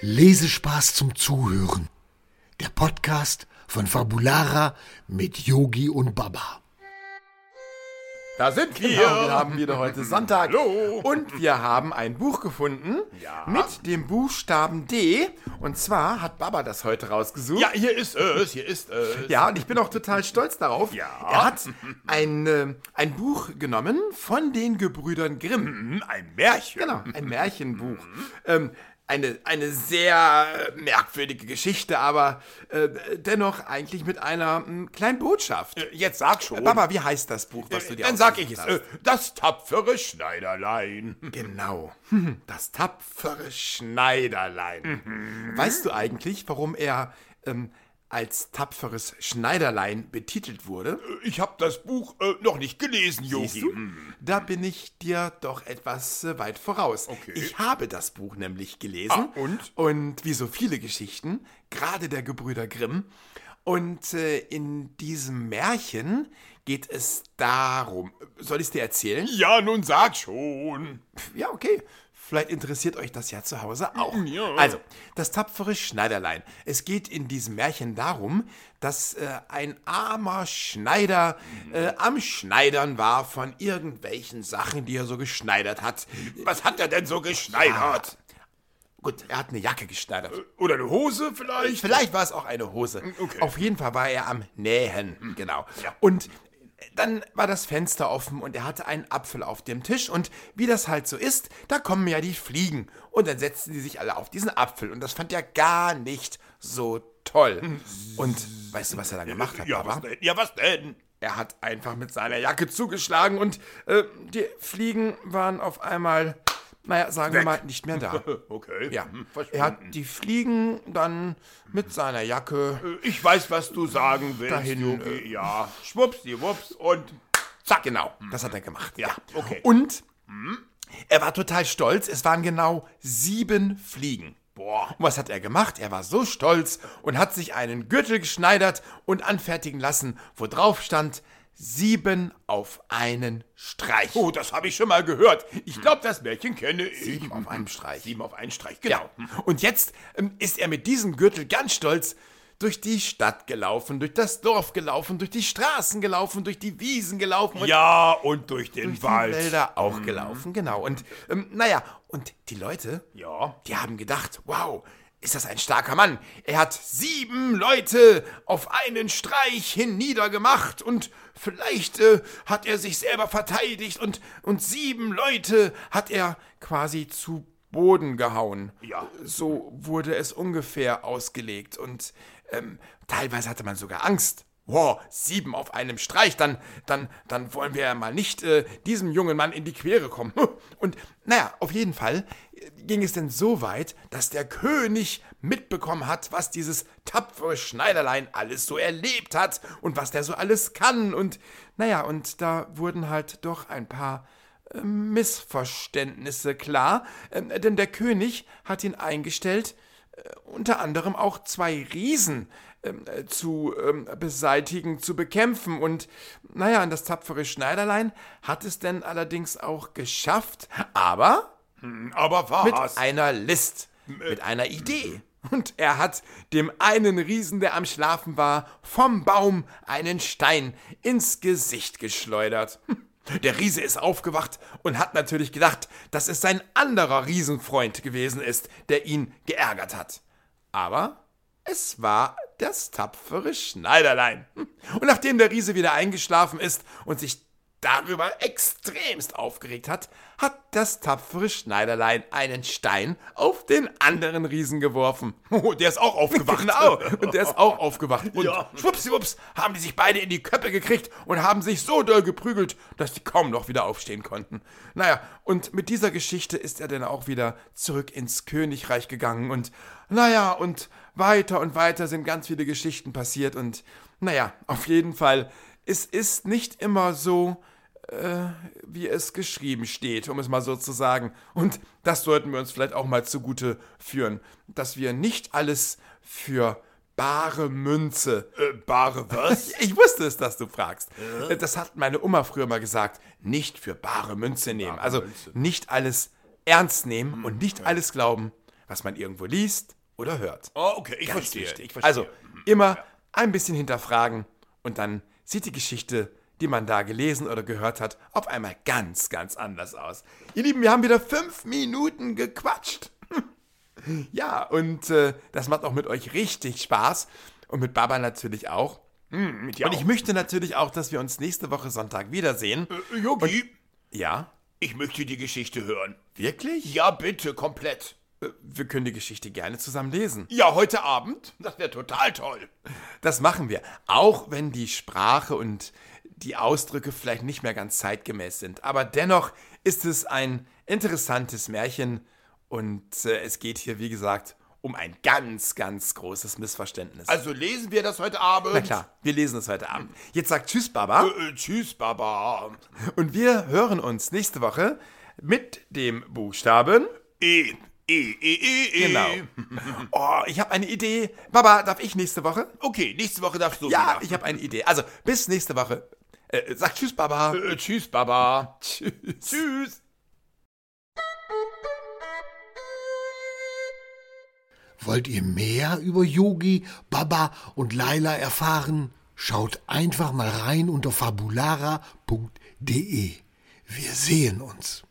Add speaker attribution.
Speaker 1: Lesespaß zum Zuhören. Der Podcast von Fabulara mit Yogi und Baba.
Speaker 2: Da sind wir.
Speaker 3: Genau, wir haben wieder heute Sonntag.
Speaker 2: Hallo.
Speaker 3: Und wir haben ein Buch gefunden
Speaker 2: Ja.
Speaker 3: mit dem Buchstaben D. Und zwar hat Baba das heute rausgesucht.
Speaker 2: Ja, hier ist es, hier ist es.
Speaker 3: Ja, und ich bin auch total stolz darauf.
Speaker 2: Ja.
Speaker 3: Er hat ein, äh, ein Buch genommen von den Gebrüdern Grimm.
Speaker 2: Hm, Ein Märchen. Mhm.
Speaker 3: Genau, ein Märchenbuch. Ähm, eine, eine sehr äh, merkwürdige Geschichte, aber äh, dennoch eigentlich mit einer mh, kleinen Botschaft.
Speaker 2: Äh, Jetzt sag schon.
Speaker 3: Baba, wie heißt das Buch, was du
Speaker 2: Äh,
Speaker 3: dir
Speaker 2: Dann sag ich
Speaker 3: ausgesucht
Speaker 2: es.
Speaker 3: hast?
Speaker 2: Äh, Das tapfere Schneiderlein. Äh,
Speaker 3: Genau. Hm, Das tapfere Schneiderlein. Weißt du eigentlich, warum er ähm, als tapferes Schneiderlein betitelt wurde?
Speaker 2: Äh, Ich hab das Buch äh, noch nicht gelesen,
Speaker 3: Siehst du?
Speaker 2: Yogi.
Speaker 3: Da bin ich dir doch etwas äh, weit voraus.
Speaker 2: Okay.
Speaker 3: Ich habe das Buch nämlich gelesen.
Speaker 2: Ah, und?
Speaker 3: Und wie so viele Geschichten, gerade der Gebrüder Grimm. Und äh, in diesem Märchen geht es darum. Soll ich es dir erzählen?
Speaker 2: Ja, nun sag schon.
Speaker 3: Ja, okay. Vielleicht interessiert euch das ja zu Hause auch.
Speaker 2: ja.
Speaker 3: Also, das tapfere Schneiderlein. Es geht in diesem Märchen darum, dass äh, ein armer Schneider äh, am Schneidern war von irgendwelchen Sachen, die er so geschneidert hat.
Speaker 2: Was hat er denn so geschneidert?
Speaker 3: Gut, er hat eine Jacke geschneidert.
Speaker 2: Oder eine Hose vielleicht?
Speaker 3: Vielleicht war es auch eine Hose.
Speaker 2: okay. Hm.
Speaker 3: Auf jeden Fall war er am Nähen, genau.
Speaker 2: Ja.
Speaker 3: Und dann war das Fenster offen und er hatte einen Apfel auf dem Tisch und wie das halt so ist, da kommen ja die Fliegen und dann setzten die sich alle auf diesen Apfel und das fand er gar nicht so toll. Und weißt du, was er dann gemacht hat,
Speaker 2: Ja,
Speaker 3: Baba?
Speaker 2: was denn? Ja, was denn?
Speaker 3: Er hat einfach mit seiner Jacke zugeschlagen und äh, die Fliegen waren auf einmal, naja, sagen wir mal, nicht mehr da.
Speaker 2: Okay.
Speaker 3: Ja,
Speaker 2: Hm,
Speaker 3: er hat die Fliegen dann mit seiner Jacke
Speaker 2: Äh, Ich weiß, was du sagen willst,
Speaker 3: Dahin, äh,
Speaker 2: Yogi. Ja. Schwuppsdiwupps und
Speaker 3: Zack, genau. Das hat er gemacht.
Speaker 2: Mhm. Ja, okay. Mhm.
Speaker 3: Und er war total stolz. Es waren genau sieben Fliegen.
Speaker 2: Boah.
Speaker 3: Und was hat er gemacht? Er war so stolz und hat sich einen Gürtel geschneidert und anfertigen lassen, wo drauf stand sieben auf einen Streich.
Speaker 2: Oh, das habe ich schon mal gehört. Ich glaube, das Märchen kenne ich. Sieben
Speaker 3: auf einen Streich.
Speaker 2: Sieben auf einen Streich,
Speaker 3: Ja.
Speaker 2: genau.
Speaker 3: Und jetzt ähm, ist er mit diesem Gürtel ganz stolz durch die Stadt gelaufen, durch das Dorf gelaufen, durch die Straßen gelaufen, durch die Wiesen gelaufen und
Speaker 2: Ja, und durch den
Speaker 3: durch
Speaker 2: Wald. Mhm.
Speaker 3: die Wälder auch gelaufen, genau. Und ähm, naja, und die Leute,
Speaker 2: Ja.
Speaker 3: die haben gedacht, wow, ist das ein starker Mann. Er hat sieben Leute auf einen Streich hin niedergemacht und vielleicht äh, hat er sich selber verteidigt und, und sieben Leute hat er quasi zu Boden gehauen.
Speaker 2: Ja.
Speaker 3: So wurde es ungefähr ausgelegt und ähm, teilweise hatte man sogar Angst. Wow, sieben auf einem Streich, dann, dann, dann wollen wir ja mal nicht äh, diesem jungen Mann in die Quere kommen. Und naja, auf jeden Fall äh, ging es denn so weit, dass der König mitbekommen hat, was dieses tapfere Schneiderlein alles so erlebt hat und was der so alles kann. Und naja, und da wurden halt doch ein paar äh, Missverständnisse klar, ähm, denn der König hat ihn eingestellt, äh, unter anderem auch zwei Riesen ähm, äh, zu ähm, beseitigen, zu bekämpfen. Und naja, und das tapfere Schneiderlein hat es denn allerdings auch geschafft, aber
Speaker 2: Aber
Speaker 3: mit
Speaker 2: was?
Speaker 3: einer List, mit einer Idee. Und er hat dem einen Riesen, der am Schlafen war, vom Baum einen Stein ins Gesicht geschleudert. Hm. Der Riese ist aufgewacht und hat natürlich gedacht, dass es sein anderer Riesenfreund gewesen ist, der ihn geärgert hat. Aber es war das tapfere Schneiderlein. Und nachdem der Riese wieder eingeschlafen ist und sich darüber extremst aufgeregt hat, hat das tapfere Schneiderlein einen Stein auf den anderen Riesen geworfen.
Speaker 2: Oh, der ist auch aufgewacht.
Speaker 3: Genau, und der ist auch aufgewacht. Und
Speaker 2: Ja.
Speaker 3: schwuppsiwupps haben die sich beide in die Köpfe gekriegt und haben sich so doll geprügelt, dass die kaum noch wieder aufstehen konnten. Naja, und mit dieser Geschichte ist er dann auch wieder zurück ins Königreich gegangen und naja, und weiter und weiter sind ganz viele Geschichten passiert und naja, auf jeden Fall, es ist nicht immer so, wie es geschrieben steht, um es mal so zu sagen. Und das sollten wir uns vielleicht auch mal zugute führen, dass wir nicht alles für bare Münze.
Speaker 2: Äh, bare was? Äh?
Speaker 3: Ich wusste es, dass du fragst. Äh, Das hat meine Oma früher mal gesagt. Nicht
Speaker 2: Hm,
Speaker 3: für bare Münze nehmen. Also nicht alles ernst nehmen und nicht alles glauben, was man irgendwo liest oder hört.
Speaker 2: Oh, okay, ich
Speaker 3: Ganz
Speaker 2: verstehe.
Speaker 3: wichtig.
Speaker 2: Ich verstehe.
Speaker 3: Also immer ein bisschen hinterfragen und dann sieht die Geschichte, die man da gelesen oder gehört hat, auf einmal ganz, ganz anders aus. Ihr Lieben, wir haben wieder fünf Minuten gequatscht. ja, und äh, das macht auch mit euch richtig Spaß und mit Baba natürlich auch.
Speaker 2: Hm, mit dir
Speaker 3: Und ich möchte natürlich auch, dass wir uns nächste Woche Sonntag wiedersehen.
Speaker 2: auch. Äh, Yogi,
Speaker 3: Ja,
Speaker 2: ich möchte die Geschichte hören.
Speaker 3: wirklich?
Speaker 2: Ja, bitte, komplett.
Speaker 3: Äh, Wir können die Geschichte gerne zusammen lesen.
Speaker 2: Ja, heute Abend? Das wäre total toll.
Speaker 3: Das machen wir. Auch wenn die Sprache und die Ausdrücke vielleicht nicht mehr ganz zeitgemäß sind. Aber dennoch ist es ein interessantes Märchen und äh, es geht hier, wie gesagt, um ein ganz, ganz großes Missverständnis.
Speaker 2: Also lesen wir das heute Abend.
Speaker 3: Na klar, wir lesen es heute Abend. Jetzt sagt Tschüss, Baba.
Speaker 2: Äh, äh, tschüss, Baba.
Speaker 3: Und wir hören uns nächste Woche mit dem Buchstaben.
Speaker 2: E, E, E, E, E.
Speaker 3: Genau. Oh, ich habe eine Idee. Baba, darf ich nächste Woche?
Speaker 2: Okay, nächste Woche darfst du
Speaker 3: Ja,
Speaker 2: wieder.
Speaker 3: ich habe eine Idee. Also, bis nächste Woche. Äh, sag Tschüss, Baba.
Speaker 2: Äh, tschüss, Baba.
Speaker 3: Tschüss.
Speaker 2: Äh, Tschüss.
Speaker 1: Wollt ihr mehr über Yogi, Baba und Laila erfahren? Schaut einfach mal rein unter fabulara.de. Wir sehen uns.